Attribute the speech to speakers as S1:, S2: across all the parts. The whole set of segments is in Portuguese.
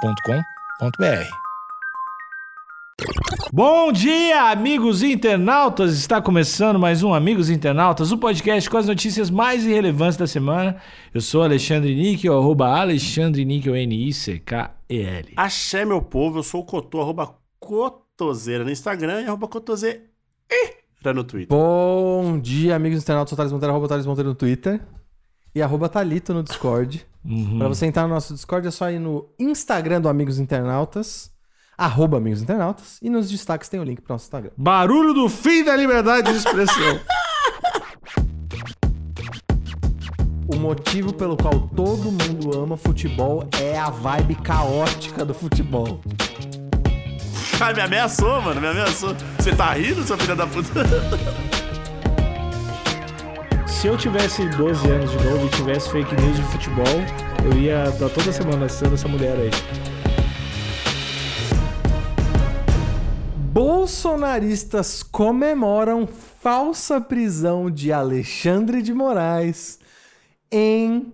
S1: agenciadepodcast.com.br.
S2: Bom dia, amigos internautas! Está começando mais um Amigos Internautas, o podcast com as notícias mais irrelevantes da semana. Eu sou Alexandre Níquel, arroba Alexandre Níquel, N-I-C-K-E-L.
S3: Axé, meu povo, eu sou o Cotô, arroba Cotoseira no Instagram e arroba Cotoseira no Twitter.
S4: Bom dia, amigos internautas. Sou o Thales Monteiro, arroba Thales Monteiro no Twitter. E arroba Thalito no Discord. Pra você entrar no nosso Discord, é só ir no Instagram do Amigos Internautas, arroba Amigos Internautas, e nos destaques tem o link pro nosso Instagram.
S2: Barulho do fim da liberdade de expressão.
S4: O motivo pelo qual todo mundo ama futebol é a vibe caótica do futebol.
S3: Ah, me ameaçou, mano, me ameaçou. Você tá rindo, seu filho da puta?
S2: Se eu tivesse 12 anos de novo e tivesse fake news de futebol, eu ia estar toda semana sendo essa mulher aí.
S4: Bolsonaristas comemoram falsa prisão de Alexandre de Moraes em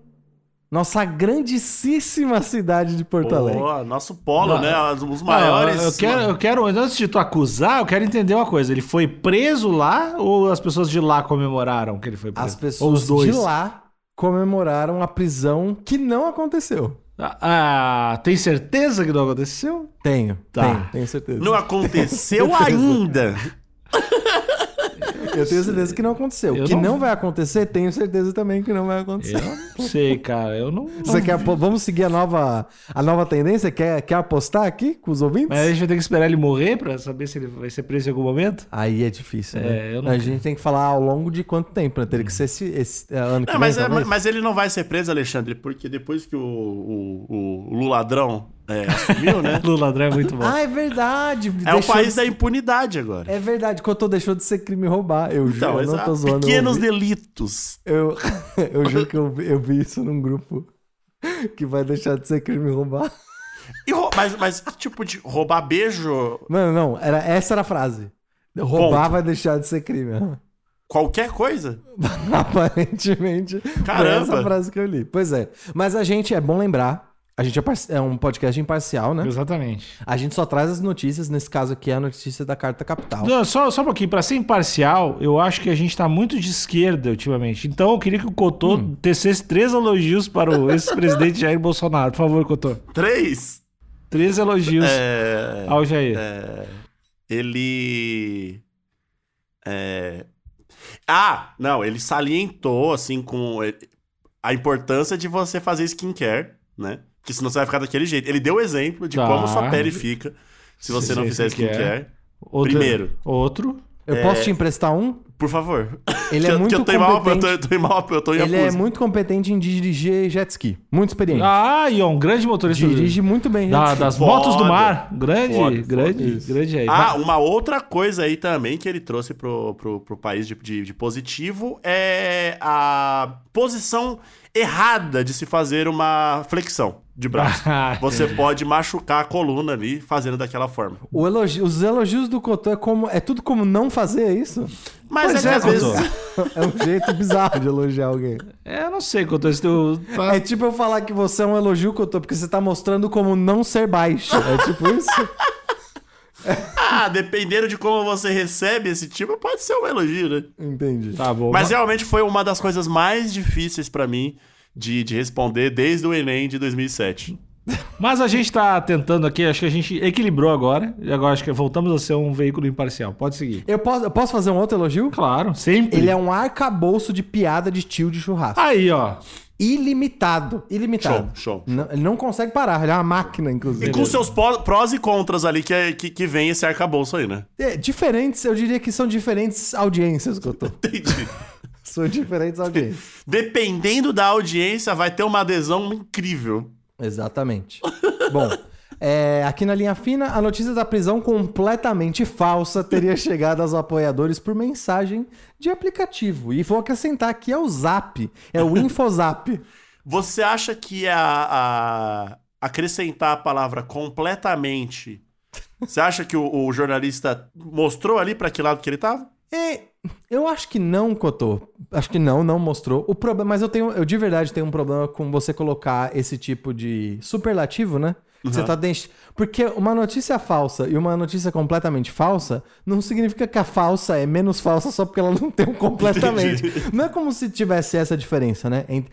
S4: nossa grandíssima cidade de Porto Alegre.
S3: Boa, nosso polo,
S2: Não.
S3: né?
S4: é-
S3: Os maiores.
S2: Ah, eu, quero, eu quero, antes de tu acusar, eu quero entender uma coisa. Ele foi preso lá ou as pessoas de lá comemoraram que ele foi preso?
S4: As
S2: Ou
S4: pessoas
S2: os dois?
S4: de lá comemoraram a prisão que não aconteceu.
S2: Ah, ah, tem certeza que não aconteceu?
S4: Tenho,
S2: Tá.
S4: tenho, tenho certeza.
S3: Não aconteceu ainda.
S4: Eu tenho certeza que não aconteceu.
S2: Eu
S4: que
S2: não-
S4: não... vai acontecer, tenho certeza também que não vai acontecer.
S2: Eu não sei, cara. Eu não. não-
S4: Você quer, apo- vamos seguir a nova, a nova tendência? Quer, quer apostar aqui com os ouvintes?
S2: Mas a gente vai ter que esperar ele morrer pra saber se ele vai ser preso em algum momento?
S4: Aí é difícil, né?
S2: É, eu não
S4: a
S2: quero.
S4: gente tem que falar ao longo de quanto tempo, né? Teria que ser esse, esse, eh, ano que
S3: Não,
S4: vem,
S3: mas, é-
S4: talvez?
S3: mas ele não vai ser preso, Alexandre, porque depois que o, o, o Luladrão é, assumiu, né?
S2: Lula Ladrão é muito bom.
S4: Ah, é verdade.
S3: É o
S4: deixou
S3: país
S4: de-
S3: da impunidade agora. Então,
S4: É verdade, Cotô deixou de ser crime roubar. Eu juro, eu não
S3: exato.
S4: tô zoando. eu
S3: pequenos
S4: ouvi-
S3: delitos.
S4: Eu, eu juro que eu, vi- eu vi isso num grupo que vai deixar de ser crime roubar.
S3: E rou- mas, mas, tipo, de roubar beijo,
S4: Mano, não, era, essa era a frase. Roubar vai deixar de ser crime.
S3: qualquer coisa.
S4: Aparentemente, foi
S3: Caramba.
S4: essa a frase que eu li. Pois é. Mas a gente, é bom lembrar, a gente é, par- é um podcast imparcial, né?
S2: Exatamente.
S4: A gente só traz as notícias, nesse caso aqui é a notícia da Carta Capital.
S2: Não, só, só um pouquinho, pra ser imparcial, eu acho que a gente tá muito de esquerda ultimamente. Então eu queria que o Cotô tecesse três elogios para o ex-presidente Jair Bolsonaro. Por favor, Cotô.
S3: Três.
S2: Três elogios
S3: É...
S2: ao Jair.
S3: ele. é, Ah, não, ele salientou, assim, com ele- a importância de você fazer skincare, né? Porque senão você vai ficar daquele jeito. Ele deu o exemplo de
S2: Tá.
S3: como sua pele fica se você
S2: Se
S3: não
S2: você
S3: fizer
S4: é.
S2: quiser.
S3: skincare.
S2: Outro-
S3: primeiro.
S2: Outro.
S4: Eu posso te emprestar um?
S3: Por favor.
S4: Ele
S3: É. Que
S4: é
S3: eu- que
S4: muito
S3: eu tô em mal, eu
S4: competente.
S3: tô, eu tô em mal, eu tô em
S4: Ele é
S3: abuso.
S4: muito competente em dirigir jet ski. Muito experiente.
S2: Ah, e ó, um grande motorista.
S4: Dirige muito bem.
S2: da-
S4: jet ski.
S2: das
S3: Foda.
S2: motos do mar. Grande,
S3: Foda, foda
S2: grande,
S4: isso.
S2: grande aí.
S3: Ah, uma outra coisa aí também que ele trouxe pro, pro, pro país de, de- de positivo é a posição errada de se fazer uma flexão de braço.
S2: Ah,
S3: Você pode machucar a coluna ali fazendo daquela forma.
S4: O elogio- os elogios do Cotô é como. É tudo como não fazer, é isso?
S3: Mas
S2: Pois
S3: é que
S2: é,
S3: às vezes.
S2: Cotô.
S4: É um jeito bizarro de elogiar alguém.
S2: É, eu não sei quanto esse teu. tá-
S4: É tipo eu falar que você é um elogio, Cotô, porque você tá mostrando como não ser baixo. É tipo isso?
S3: Ah, dependendo de como você recebe esse tipo, pode ser um elogio, né?
S4: Entendi.
S2: Tá bom.
S3: Mas realmente foi uma das coisas mais difíceis pra mim de, de responder desde o Enem de 2007.
S2: Mas a gente tá tentando aqui, acho que a gente equilibrou agora. E agora acho que voltamos a ser um veículo imparcial. Pode seguir.
S4: Eu posso, eu posso fazer um outro elogio?
S2: Claro, sempre.
S4: Ele é um arcabouço de piada de tio de churrasco.
S2: Aí, ó.
S4: Ilimitado.
S2: Tá.
S4: Ilimitado.
S3: Show, show.
S4: Não- ele não consegue parar, ele é uma máquina, inclusive.
S3: E com seus pó- prós e contras ali que, é- que, que vem esse arcabouço aí, né?
S4: É, diferentes, eu diria que são diferentes audiências, Cotô.
S3: Entendi.
S4: São diferentes audiências.
S3: Dependendo da audiência, vai ter uma adesão incrível.
S4: Exatamente. Bom, é, aqui na linha fina, a notícia da prisão completamente falsa teria chegado aos apoiadores por mensagem de aplicativo. E vou acrescentar que é o Zap, é o InfoZap.
S3: Você acha que é a, a- acrescentar a palavra completamente. Você acha que o, o jornalista mostrou ali pra que lado que ele tá? tava?
S4: E É, Eu acho que não, Cotô. Acho que não, não mostrou. O problema, mas eu tenho, eu de verdade tenho um problema com você colocar esse tipo de superlativo, né? Que Você
S3: Uhum.
S4: tá dentro. Porque uma notícia falsa e uma notícia completamente falsa não significa que a falsa é menos falsa só porque ela não tem um completamente. Não é como se tivesse essa diferença, né? Ent-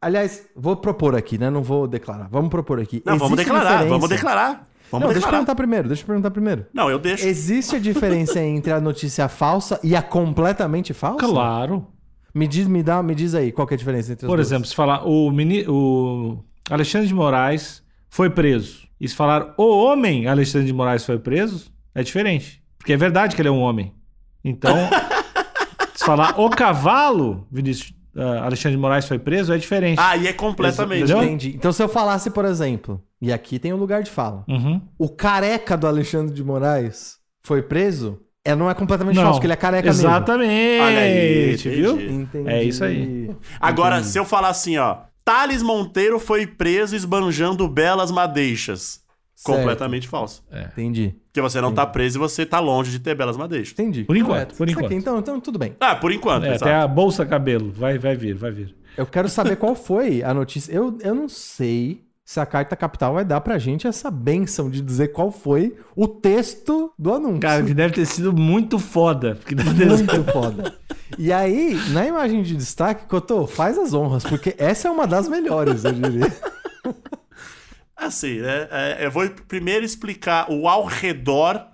S4: Aliás, vou propor aqui, né? Não vou declarar. Vamos propor aqui.
S3: Não, vamos
S4: Existe
S3: declarar,
S4: diferença-
S3: vamos declarar. Vamos
S4: não, deixa eu
S3: declarar.
S4: perguntar primeiro, deixa eu perguntar primeiro.
S3: Não, eu deixo.
S4: Existe a diferença entre a notícia falsa e a completamente falsa?
S2: Claro.
S4: Me diz, me dá, me diz aí qual que é a diferença entre as
S2: Por
S4: duas.
S2: exemplo, se falar o, mini, o Alexandre de Moraes foi preso e se falar o homem Alexandre de Moraes foi preso, é diferente. Porque é verdade que ele é um homem. Então, se falar o cavalo Vinícius, ah, Alexandre de Moraes foi preso, é diferente.
S3: Ah, e é completamente.
S2: Entendeu?
S4: Entendi. Então se eu falasse, por exemplo, e aqui tem um lugar de fala.
S2: Uhum.
S4: O careca do Alexandre de Moraes foi preso? É, não é completamente
S2: Não,
S4: falso, porque ele é careca
S2: Exatamente,
S3: Olha aí, entendi.
S2: viu?
S4: mesmo. Entendi.
S2: É isso aí.
S3: Agora, se eu falar assim, ó. Thales Monteiro foi preso esbanjando belas madeixas.
S4: Certo.
S3: Completamente falso.
S4: Entendi.
S3: Porque você não tá preso e você tá longe de ter belas madeixas.
S4: Entendi.
S2: Por enquanto,
S4: Correto.
S2: por
S4: Isso aqui,
S2: enquanto.
S4: então, então tudo bem.
S3: Ah, por enquanto,
S2: É,
S3: exato.
S2: até a bolsa cabelo, vai, vai vir, vai vir.
S4: Eu quero saber qual foi a notícia. Eu, eu não sei se a Carta Capital vai dar pra gente essa benção de dizer qual foi o texto do anúncio.
S2: Cara, que deve ter sido muito foda, porque deve ter
S4: Muito foda. E aí, na imagem de destaque, Cotô, faz as honras, porque essa é uma das melhores, eu diria.
S3: Assim, né? é, eu vou primeiro explicar o ao redor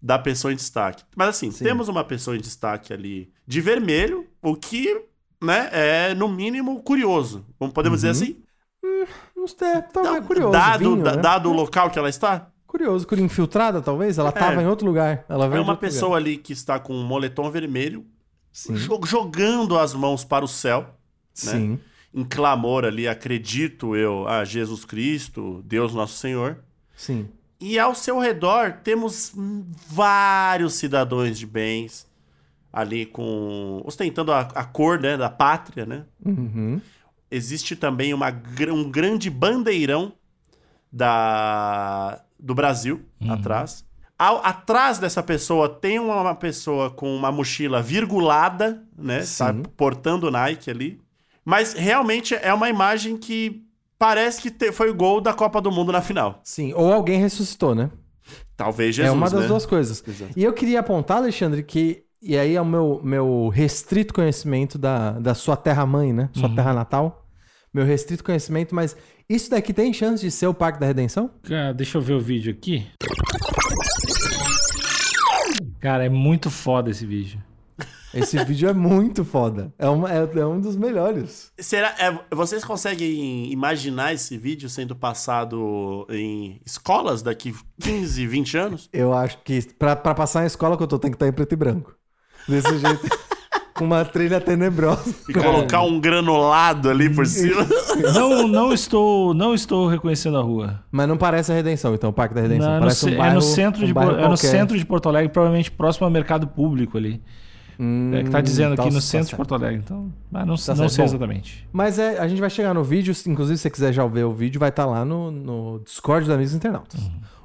S3: da pessoa em destaque. Mas assim, temos uma pessoa em destaque ali de vermelho, o que, né, é no mínimo curioso. Vamos- Podemos dizer assim?
S4: Uhum. Não sei, talvez
S3: Dá-
S4: curioso.
S3: dado,
S4: vinho,
S3: da-
S4: né? Tá
S3: dado o local que ela está,
S4: Curioso, curi- infiltrada talvez? Ela tava em outro lugar. Ela veio
S3: é
S4: de
S3: uma
S4: outro
S3: pessoa né?
S4: lugar.
S3: ali que está com um moletom vermelho,
S4: Sim.
S3: jo- jogando as mãos para o céu,
S4: Sim.
S3: em clamor ali, acredito eu a Jesus Cristo, Deus nosso Senhor.
S4: Sim.
S3: E ao seu redor temos hum, vários cidadãos de bens ali com ostentando a, a cor né, da pátria, né?
S4: Uhum.
S3: Existe também uma, gr- um grande bandeirão da, do Brasil
S4: Uhum.
S3: atrás. Ao- atrás dessa pessoa tem uma, uma pessoa com uma mochila virgulada, né? Tá
S4: Sim.
S3: portando o Nike ali. Mas realmente é uma imagem que parece que te- foi o gol da Copa do Mundo na final.
S4: Sim. Ou alguém ressuscitou, né?
S3: Talvez Jesus,
S4: é uma das
S3: né?
S4: duas coisas.
S3: Exato.
S4: E eu queria apontar, Alexandre, que. E aí é o meu, meu restrito conhecimento da, da sua terra-mãe, né?
S2: Uhum.
S4: Sua terra natal. Meu restrito conhecimento, mas isso daqui tem chance de ser o Parque da Redenção?
S2: Cara, deixa eu ver o vídeo aqui. Cara, é muito foda esse vídeo.
S4: Esse vídeo é muito foda. É, uma- é- é um dos melhores.
S3: Será, é, vocês conseguem imaginar esse vídeo sendo passado em escolas daqui 15, 20 anos?
S4: Eu acho que pra, pra passar na escola que eu tô, tem que estar em preto e branco. Desse jeito. Com uma trilha tenebrosa.
S3: E colocar um granulado ali por cima?
S2: Não, não estou, não estou reconhecendo a rua.
S4: Mas não parece a Redenção, então, o Parque da Redenção.
S2: Não, é no
S4: parece
S2: ce-
S4: um bairro,
S2: é no centro
S4: um
S2: de
S4: bairro
S2: Por- é no
S4: qualquer.
S2: centro de Porto Alegre, provavelmente próximo ao mercado público ali.
S4: Hum,
S2: É, que tá dizendo
S4: tá-
S2: aqui
S4: tá
S2: no centro de
S4: certo.
S2: Porto Alegre. Então, mas não,
S4: Tá
S2: não
S4: certo.
S2: sei
S4: Bom.
S2: exatamente.
S4: Mas é, a gente vai chegar no vídeo, se- inclusive se você quiser já ver o vídeo, vai estar lá no, no Discord da Amigos Internautas.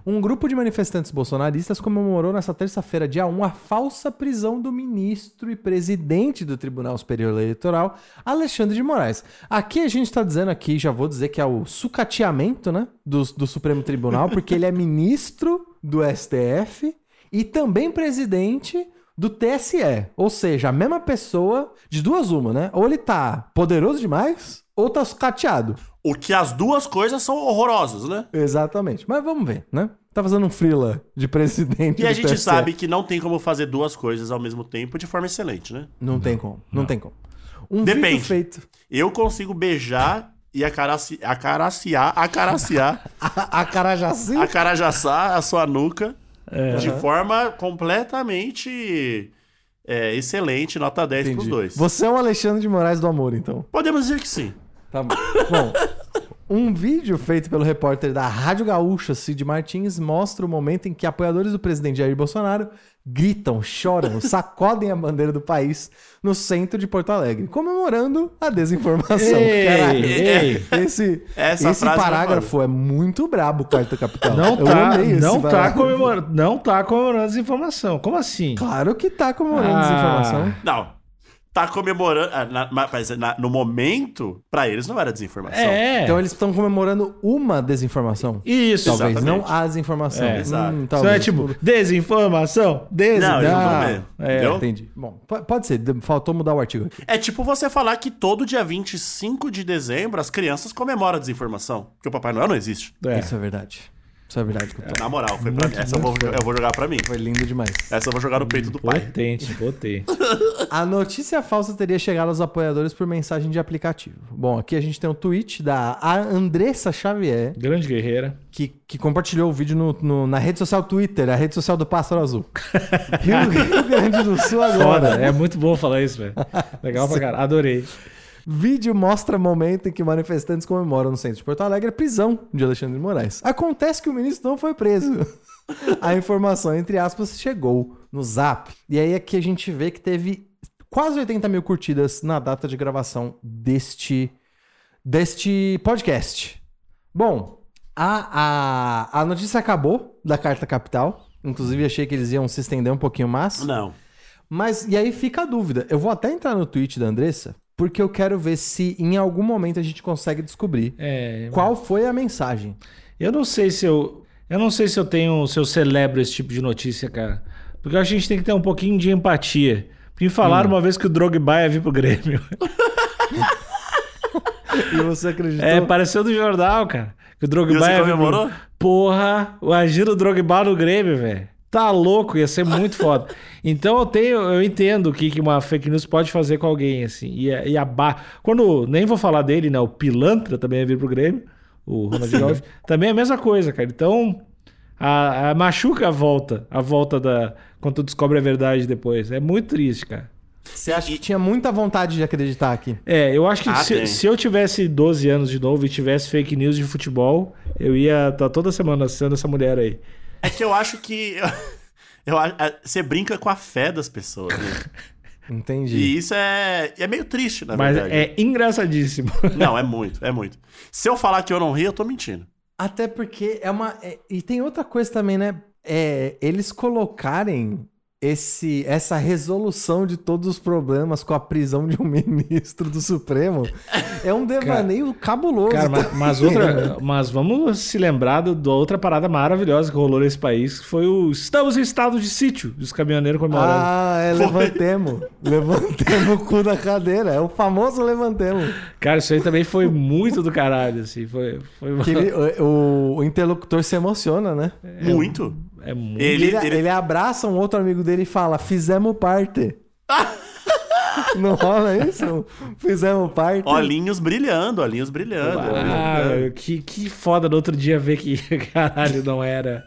S4: Um grupo de manifestantes bolsonaristas comemorou nesta terça-feira, dia 1, a falsa prisão do ministro e presidente do Tribunal Superior Eleitoral, Alexandre de Moraes. Aqui a gente está dizendo aqui, já vou dizer que é o sucateamento né, do, do Supremo Tribunal, porque ele é ministro do STF e também presidente do TSE. Ou seja, a mesma pessoa, de duas uma, né? Ou ele tá poderoso demais, ou tá sucateado.
S3: O que as duas coisas são horrorosas, né?
S4: Exatamente. Mas vamos ver, né? Tá fazendo um frila de presidente.
S3: E a
S4: do
S3: gente
S4: TSE.
S3: sabe que não tem como fazer duas coisas ao mesmo tempo de forma excelente, né?
S4: Não tem como. Não, tem como. Um
S3: Depende.
S4: vídeo feito.
S3: Eu consigo beijar e acaraci- acaraciar, acaraciar,
S4: A, a Carajaci?
S3: acarajaçar a é sua nuca de forma completamente é, excelente, nota 10 pros
S4: Entendi.
S3: dois.
S4: Você é o Alexandre de Moraes do Amor, então.
S3: Podemos dizer que sim.
S4: Tá bom. bom. Um vídeo feito pelo repórter da Rádio Gaúcha, Cid Martins, mostra o momento em que apoiadores do presidente Jair Bolsonaro gritam, choram, sacodem a bandeira do país no centro de Porto Alegre, comemorando a desinformação.
S2: Ei,
S4: Caralho.
S2: ei.
S4: Esse,
S3: Essa
S4: esse
S3: frase não
S4: parágrafo é muito brabo, Quarto Capital.
S2: Não
S4: Eu
S2: tá,
S4: amei esse
S2: não tá
S4: parágrafo.
S2: comemorando, não tá comemorando desinformação. Como assim?
S4: Claro que tá comemorando
S2: Ah.
S4: desinformação.
S3: Não. Tá comemorando. ah, na- ma- mas na- no momento, pra eles não era desinformação.
S2: É.
S4: Então eles estão comemorando uma desinformação.
S2: isso.
S4: Talvez,
S3: Exatamente.
S4: não Hum, as informações.
S2: É.
S3: Exato.
S2: Então é tipo, desinformação, desin...
S3: Não, eles não
S2: Ah,
S3: tão vendo.
S2: é.
S3: entendeu?
S4: Entendi. Bom, po- pode ser. de- Faltou mudar o artigo aqui.
S3: É tipo você falar que todo dia 25 de dezembro as crianças comemoram a desinformação. Porque o Papai Noel não existe.
S2: É.
S4: Isso é verdade. Isso é verdade. Couto.
S3: Na moral, foi pra mim. Essa eu vou, eu vou jogar pra mim.
S4: Foi lindo demais.
S3: Essa eu vou jogar no peito do pai.
S2: Potente, potente.
S4: A notícia falsa teria chegado aos apoiadores por mensagem de aplicativo. Bom, aqui a gente tem um tweet da a Andressa Xavier,
S2: Grande guerreira.
S4: que, que compartilhou o vídeo no- no- na rede social Twitter, a rede social do Pássaro Azul. Rio, Rio Grande do Sul
S2: Foda,
S4: agora. né?
S2: é muito bom falar isso, velho. Legal pra caralho. Adorei.
S4: Vídeo mostra momento em que manifestantes comemoram no centro de Porto Alegre a prisão de Alexandre de Moraes. Acontece que o ministro não foi preso. A informação, entre aspas, chegou no zap. E aí é que a gente vê que teve quase 80 mil curtidas na data de gravação deste, deste podcast. Bom, a, a, a notícia acabou da Carta Capital. Inclusive, achei que eles iam se estender um pouquinho mais.
S3: Não.
S4: Mas, e aí fica a dúvida. Eu vou até entrar no tweet da Andressa, porque eu quero ver se em algum momento a gente consegue descobrir
S2: É,
S4: qual foi a mensagem.
S2: Eu não sei se eu. Eu não sei se eu tenho. Se eu celebro esse tipo de notícia, cara. Porque eu acho que a gente tem que ter um pouquinho de empatia. Me falaram uma vez que o Drogba ia vir pro Grêmio.
S4: E você acreditou?
S2: É, apareceu do jornal, cara. Que o Drogba
S3: E você
S2: ia vir pro-
S3: comemorou?
S2: Porra, o agir do Drogba no Grêmio, velho. Tá louco, ia ser muito foda. Então eu tenho, eu entendo o que, que uma fake news pode fazer com alguém, assim. E, a- e a ba... Quando, nem vou falar dele, né? O Pilantra também ia vir pro Grêmio. O Ronald Gaúcho. Também é a mesma coisa, cara. Então, a, a machuca a volta. A volta da... Quando tu descobre a verdade depois. É muito triste, cara.
S4: Você acha que tinha muita vontade de acreditar aqui?
S2: É, eu acho que
S3: Ah,
S2: se,
S3: tem.
S2: se eu tivesse 12 anos de novo e tivesse fake news de futebol, eu ia estar toda semana sendo essa mulher aí.
S3: É que eu acho que. Eu, a- a- você brinca com a fé das pessoas. Né?
S4: Entendi.
S3: E isso é, é meio triste, na
S2: Mas
S3: verdade.
S2: é engraçadíssimo.
S3: Não, é muito, é muito. Se eu falar que eu não ri, eu tô mentindo.
S4: Até porque é uma. é- e tem outra coisa também, né? É, eles colocarem esse, essa resolução de todos os problemas com a prisão de um ministro do Supremo é um devaneio cabuloso.
S2: Cara, ma- mas, outra, mas vamos se lembrar do- da outra parada maravilhosa que rolou nesse país, que foi o Estamos em estado de sítio dos caminhoneiros comemorando.
S4: Ah, é levantemo. Levantemo o cu da cadeira. É o famoso levantemo.
S3: Ah.
S2: Cara, isso aí também foi muito do caralho, assim. Foi, foi uma-
S4: Que ele- o, o interlocutor se emociona, né?
S3: muito.
S2: É muito.
S4: Ele,
S3: Ele, ele,
S4: ele abraça um outro amigo dele e fala: Fizemos parte. Não rola isso? Fizemos parte.
S3: Olhinhos brilhando, olhinhos brilhando.
S2: Ah,
S3: olhinhos brilhando.
S2: velho, que, que foda no outro dia ver que caralho não era.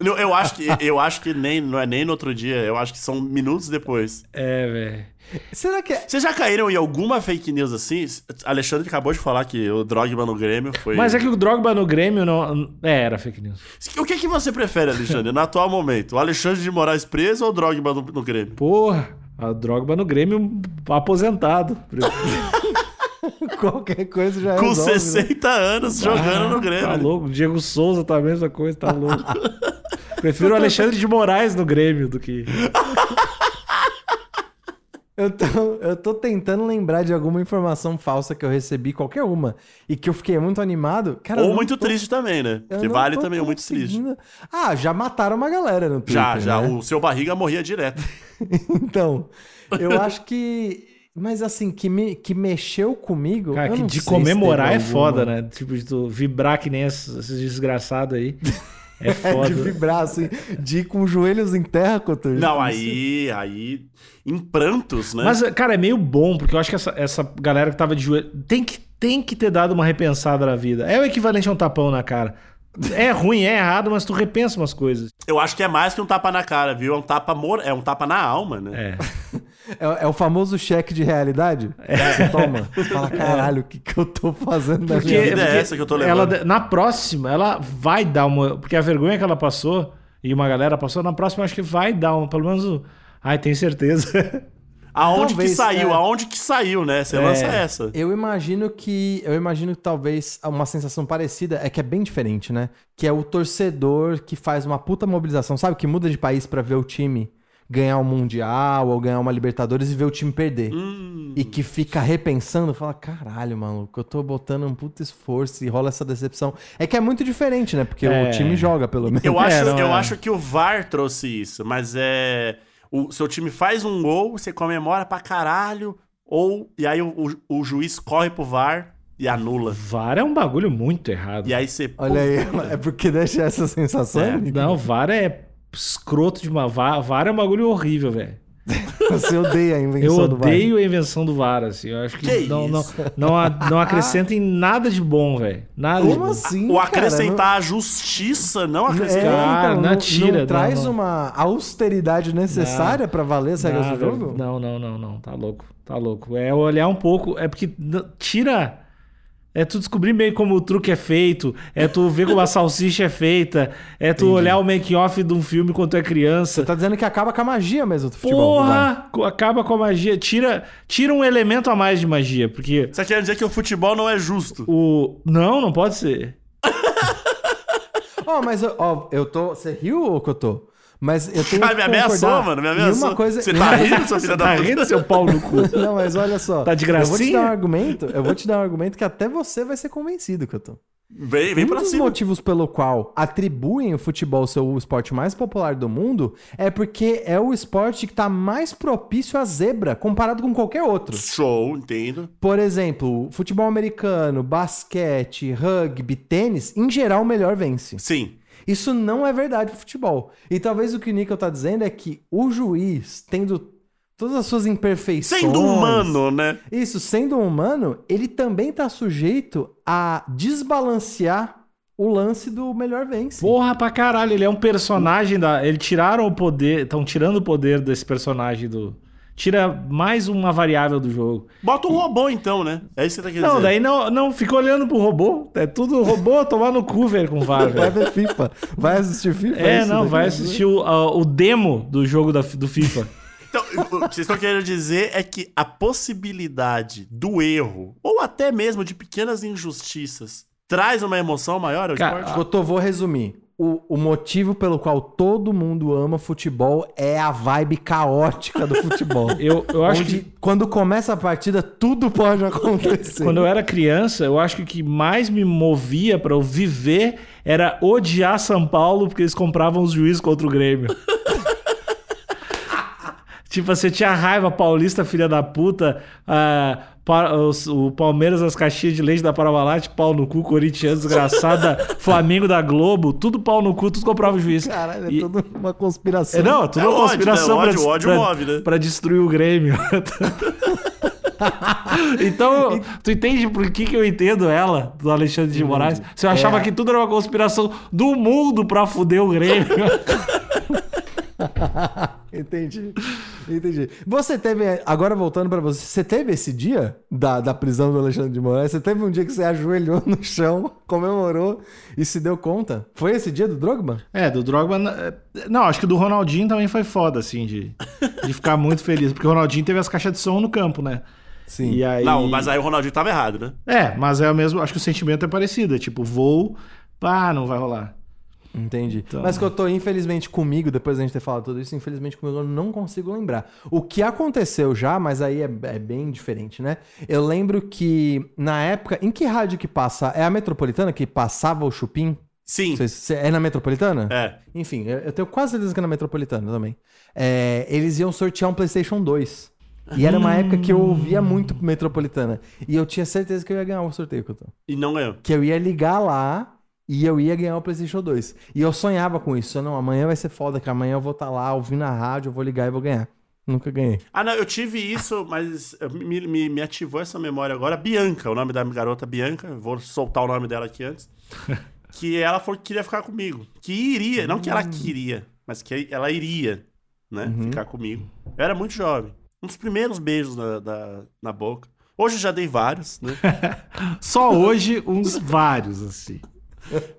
S3: Eu, eu acho que, eu acho que nem, não é nem no outro dia, eu acho que são minutos depois.
S2: É, velho.
S4: Será que é.
S3: Vocês já caíram em alguma fake news assim? Alexandre acabou de falar que o Drogba no Grêmio foi.
S2: Mas é que o Drogba no Grêmio não. É, era fake news.
S3: O que, que você prefere, Alexandre, no atual momento? O Alexandre de Moraes preso ou o Drogba no, no Grêmio?
S2: Porra, a Drogba no Grêmio aposentado.
S4: Qualquer coisa já é.
S3: Com 60 anos jogando no Grêmio.
S2: Tá louco. Diego Souza tá a mesma coisa, tá louco. Prefiro
S3: Tá
S2: o Alexandre de Moraes no Grêmio do que.
S4: Eu tô, eu tô tentando lembrar de alguma informação falsa que eu recebi, qualquer uma, e que eu fiquei muito animado. Cara, eu
S3: Ou
S4: não
S3: muito
S4: tô-
S3: triste também, né?
S4: eu
S3: Porque
S4: não
S3: vale
S4: tô
S3: também o muito triste.
S4: conseguindo- Ah, já mataram uma galera no Twitter.
S3: Já, já.
S4: né?
S3: O seu barriga morria direto.
S4: Então, eu acho que. Mas assim, que, me, que mexeu comigo.
S2: Cara,
S4: eu
S2: que
S4: não
S2: de
S4: sei se teve
S2: comemorar é
S4: alguma.
S2: foda, né? Tipo, de tu vibrar que nem esses, esses desgraçados aí. É
S4: É,
S2: foda.
S4: de vibrar, assim, de ir com os joelhos em terra, Coutinho.
S3: Não, aí, aí. Em prantos, né?
S2: Mas, cara, é meio bom, porque eu acho que essa, essa galera que tava de joelho tem que, tem que ter dado uma repensada na vida. É o equivalente a um tapão na cara. É ruim, é errado, mas tu repensa umas coisas.
S3: Eu acho que é mais que um tapa na cara, viu? É um tapa, mor... é um tapa na alma, né?
S2: É.
S4: É, é o famoso cheque de realidade. Você toma, você fala, caralho, o que, que eu tô fazendo na
S2: Porque,
S4: minha vida?"
S3: vida é
S2: porque
S3: essa que eu tô
S2: ela-
S3: levando?
S2: na próxima, ela vai dar uma. Porque a vergonha que ela passou e uma galera passou, na próxima eu acho que vai dar uma. Pelo menos. um- Ai, tenho certeza.
S3: Aonde
S4: Talvez,
S3: que saiu?
S4: é.
S3: Aonde que saiu, né? Você lança essa.
S4: Eu imagino que. Eu imagino que talvez uma sensação parecida é que é bem diferente, né? Que é o torcedor que faz uma puta mobilização, sabe? Que muda de país pra ver o time ganhar um Mundial ou ganhar uma Libertadores e ver o time perder.
S3: Hum,
S4: E que fica repensando, fala, caralho, maluco, eu tô botando um puta esforço e rola essa decepção. É que é muito diferente, né? Porque
S2: É.
S4: o time joga, pelo menos.
S3: eu acho,
S2: não,
S3: eu
S2: é.
S3: acho que o VAR trouxe isso, mas é. O seu time faz um gol, você comemora pra caralho, ou. E aí o, o- o juiz corre pro VAR e anula.
S2: VAR é um bagulho muito errado.
S3: E aí você.
S4: Olha aí, é porque deixa essa sensação.
S3: É.
S4: amigo?
S2: Não, VAR é escroto de uma. VAR, VAR é um bagulho horrível, velho.
S4: Você odeia a
S2: Eu
S4: invenção do VAR.
S2: odeio a invenção do VAR, assim. Eu acho que,
S3: Que
S2: não, não,
S3: isso?
S2: não, a- não acrescenta em nada de bom, velho. Nada de
S4: Como
S2: bom.
S4: assim?
S3: o
S4: cara?
S3: acrescentar a justiça, não
S4: Não-
S3: acrescentar.
S2: Cara,
S4: então,
S2: não
S4: não,
S2: tira,
S4: não traz
S2: não, não.
S4: uma austeridade necessária pra valer as regras
S2: Nada.
S4: do jogo?
S2: Não, não, não, não. Tá louco. Tá louco. É olhar um pouco. É porque n- tira. É tu descobrir meio como o truque é feito. É tu ver como a salsicha é feita. É tu olhar o make-off de um filme quando tu é criança.
S4: Você tá dizendo que acaba com a magia mesmo do futebol. vai.
S2: Porra! Co- Acaba com a magia. Tira, tira um elemento a mais de magia. Porque
S3: Você quer dizer que o futebol não é justo?
S2: o. Não, não pode ser.
S4: Ó, mas eu- ó, eu tô. Você riu ou que eu tô? Mas eu tenho.
S3: Ah,
S4: que
S3: me ameaçou,
S4: concordar.
S3: mano. Me
S4: E
S3: ameaçou.
S4: Uma coisa,
S3: Você
S4: e
S3: tá
S4: uma-
S3: rindo, sua filha da
S2: Tá
S3: puta?
S2: rindo seu pau no cu.
S4: Não, mas olha só.
S2: Tá de
S4: Eu vou te
S2: gracinha?
S4: dar um argumento. Eu vou te dar um argumento que até você vai ser convencido que eu tô.
S3: Vem, vem
S4: um
S3: pra
S4: dos
S3: cima.
S4: motivos pelo qual atribuem o futebol ser o esporte mais popular do mundo é porque é o esporte que tá mais propício à zebra comparado com qualquer outro.
S3: Show, entendo.
S4: Por exemplo, futebol americano, basquete, rugby, tênis, em geral o melhor vence.
S3: Sim.
S4: Isso não é verdade pro futebol. E talvez o que o Nickel tá dizendo é que o juiz, tendo todas as suas imperfeições.
S3: Sendo humano, né?
S4: Isso, sendo um humano, ele também tá sujeito a desbalancear o lance do melhor vence.
S2: Porra pra caralho, ele é um personagem da. Eles tiraram o poder. Estão tirando o poder desse personagem do. Tira mais uma variável do jogo.
S3: Bota um robô, então, né? É isso que você tá querendo
S2: não,
S3: dizer.
S2: daí não, não fica olhando pro robô. É tudo robô tomar no cu, velho, com VAR,
S4: Vai
S2: velho.
S4: ver FIFA. Vai assistir FIFA?
S2: É,
S4: isso
S2: não,
S4: daqui,
S2: vai
S4: né?
S2: assistir o, a- o demo do jogo da, do FIFA.
S3: Então, o que vocês estão querendo dizer é que a possibilidade do erro, ou até mesmo de pequenas injustiças, traz uma emoção maior ao
S2: Cara,
S3: esporte?
S4: Ah, Cotô, vou resumir. O, o motivo pelo qual todo mundo ama futebol é a vibe caótica do futebol.
S2: Eu, eu acho
S4: onde
S2: que.
S4: quando começa a partida, tudo pode acontecer.
S2: Quando eu era criança, eu acho que o que mais me movia pra eu viver era odiar São Paulo porque eles compravam os juízes contra o Grêmio. tipo, você tinha raiva paulista, filha da puta. ah, pa- os- o Palmeiras, as caixinhas de leite da Parmalat, pau no cu, Corinthians, desgraçada, Flamengo da Globo, tudo pau no cu, tudo comprava o juiz.
S4: Caralho, é
S2: E-
S4: toda uma conspiração.
S2: é, não, tudo
S3: É
S2: uma
S3: ódio,
S2: conspiração
S3: né?
S2: pra
S3: Ódio,
S2: des-
S3: ódio
S2: pra,
S3: move, né?
S2: pra destruir o Grêmio. então, tu entende por que, que eu entendo ela, do Alexandre de Moraes? Se eu achava
S4: É.
S2: que tudo era uma conspiração do mundo pra fuder o Grêmio.
S4: Entendi. Entendi. Você teve. Agora voltando pra você, você teve esse dia da, da prisão do Alexandre de Moraes? Você teve um dia que você ajoelhou no chão, comemorou e se deu conta? Foi esse dia do Drogba?
S2: É, do Drogba. eh, Não, acho que do Ronaldinho também foi foda, assim, de, de ficar muito feliz. Porque o Ronaldinho teve as caixas de som no campo, né?
S4: Sim.
S2: aí.
S3: Não, mas aí o Ronaldinho tava errado, né?
S2: É, mas é o mesmo. Acho que o sentimento é parecido. É tipo, vou, pá, não vai rolar.
S4: Entendi. Mas que eu tô, infelizmente, comigo, depois da gente ter falado tudo isso, infelizmente comigo eu não consigo lembrar. O que aconteceu já, mas aí é, é bem diferente, né? Eu lembro que na época. Em que rádio que passa? É a metropolitana que passava o Chupim?
S3: Sim.
S4: Vocês- cê- É na metropolitana?
S3: É.
S4: Enfim, eu, eu tenho quase certeza que é na metropolitana também. É, eles iam sortear um PlayStation 2. E era uma época que eu ouvia muito metropolitana. E eu tinha certeza que eu ia ganhar o sorteio que eu tô
S3: E não ganhou.
S4: que eu ia ligar lá e eu ia ganhar o PlayStation 2. E eu sonhava com isso. Não, amanhã vai ser foda, que amanhã eu vou estar lá ouvindo a rádio, eu vou ligar e vou ganhar. Nunca ganhei.
S3: Ah, não, eu tive isso, mas me, me- me ativou essa memória agora. Bianca, o nome da garota Bianca, vou soltar o nome dela aqui antes. que ela falou que queria ficar comigo. Que iria, não que ela queria, mas que ela iria, né? Ficar comigo. Eu era muito jovem. Um dos primeiros beijos na, na, na boca. Hoje eu já dei vários, né?
S2: Só hoje, uns vários, assim.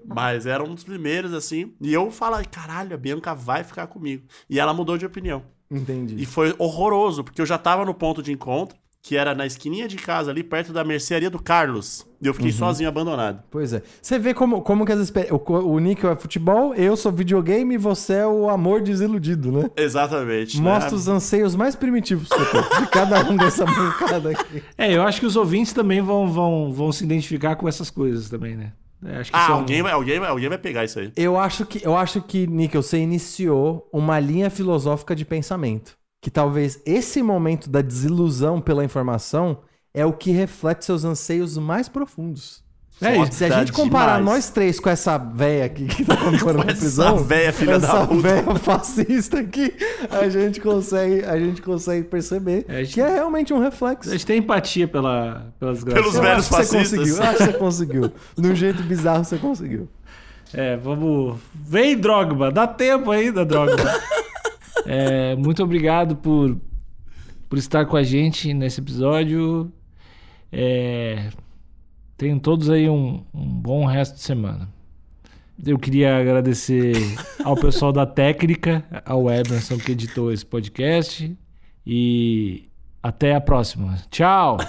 S3: Mas era um dos primeiros, assim. E eu falei, caralho, a Bianca vai ficar comigo. E ela mudou de opinião.
S4: Entendi.
S3: E foi horroroso, porque eu já tava no ponto de encontro, que era na esquininha de casa, ali perto da mercearia do Carlos. E eu fiquei sozinho, abandonado.
S4: Pois é. Você vê como, como que as experi- o, co- o Nick é futebol, eu sou videogame e você é o amor desiludido, né?
S3: Exatamente. né?
S4: Mostra os anseios mais primitivos que você tem, de cada um dessa bancada aqui.
S2: É, eu acho que os ouvintes também vão, vão, vão se identificar com essas coisas também, né? É, acho que
S3: Ah,
S2: são-
S3: alguém vai, alguém, vai, alguém vai pegar isso aí.
S4: Eu acho que, eu acho que Nick, você iniciou uma linha filosófica de pensamento. Que talvez esse momento da desilusão pela informação é o que reflete seus anseios mais profundos.
S2: É isso.
S4: Se a gente
S3: Foda
S4: comparar
S3: Tá demais.
S4: nós três com essa véia aqui que tá comparando na
S3: Essa
S4: prisão,
S3: véia filha da
S4: essa
S3: puta.
S4: véia fascista aqui, a gente consegue, a gente consegue perceber
S2: É, a gente-
S4: que é realmente um reflexo.
S2: A gente tem empatia pela, pelas graças.
S3: Pelos
S4: Eu
S3: velhos
S4: acho que você
S3: fascistas.
S4: conseguiu, eu acho que você conseguiu. De um jeito bizarro você conseguiu.
S2: É, vamos. Vem, Drogba! Dá tempo ainda, Drogba! É, muito obrigado por, por estar com a gente nesse episódio. É, tenham todos aí um, um bom resto de semana. Eu queria agradecer ao pessoal da técnica, ao Emerson que editou esse podcast. E até a próxima. Tchau!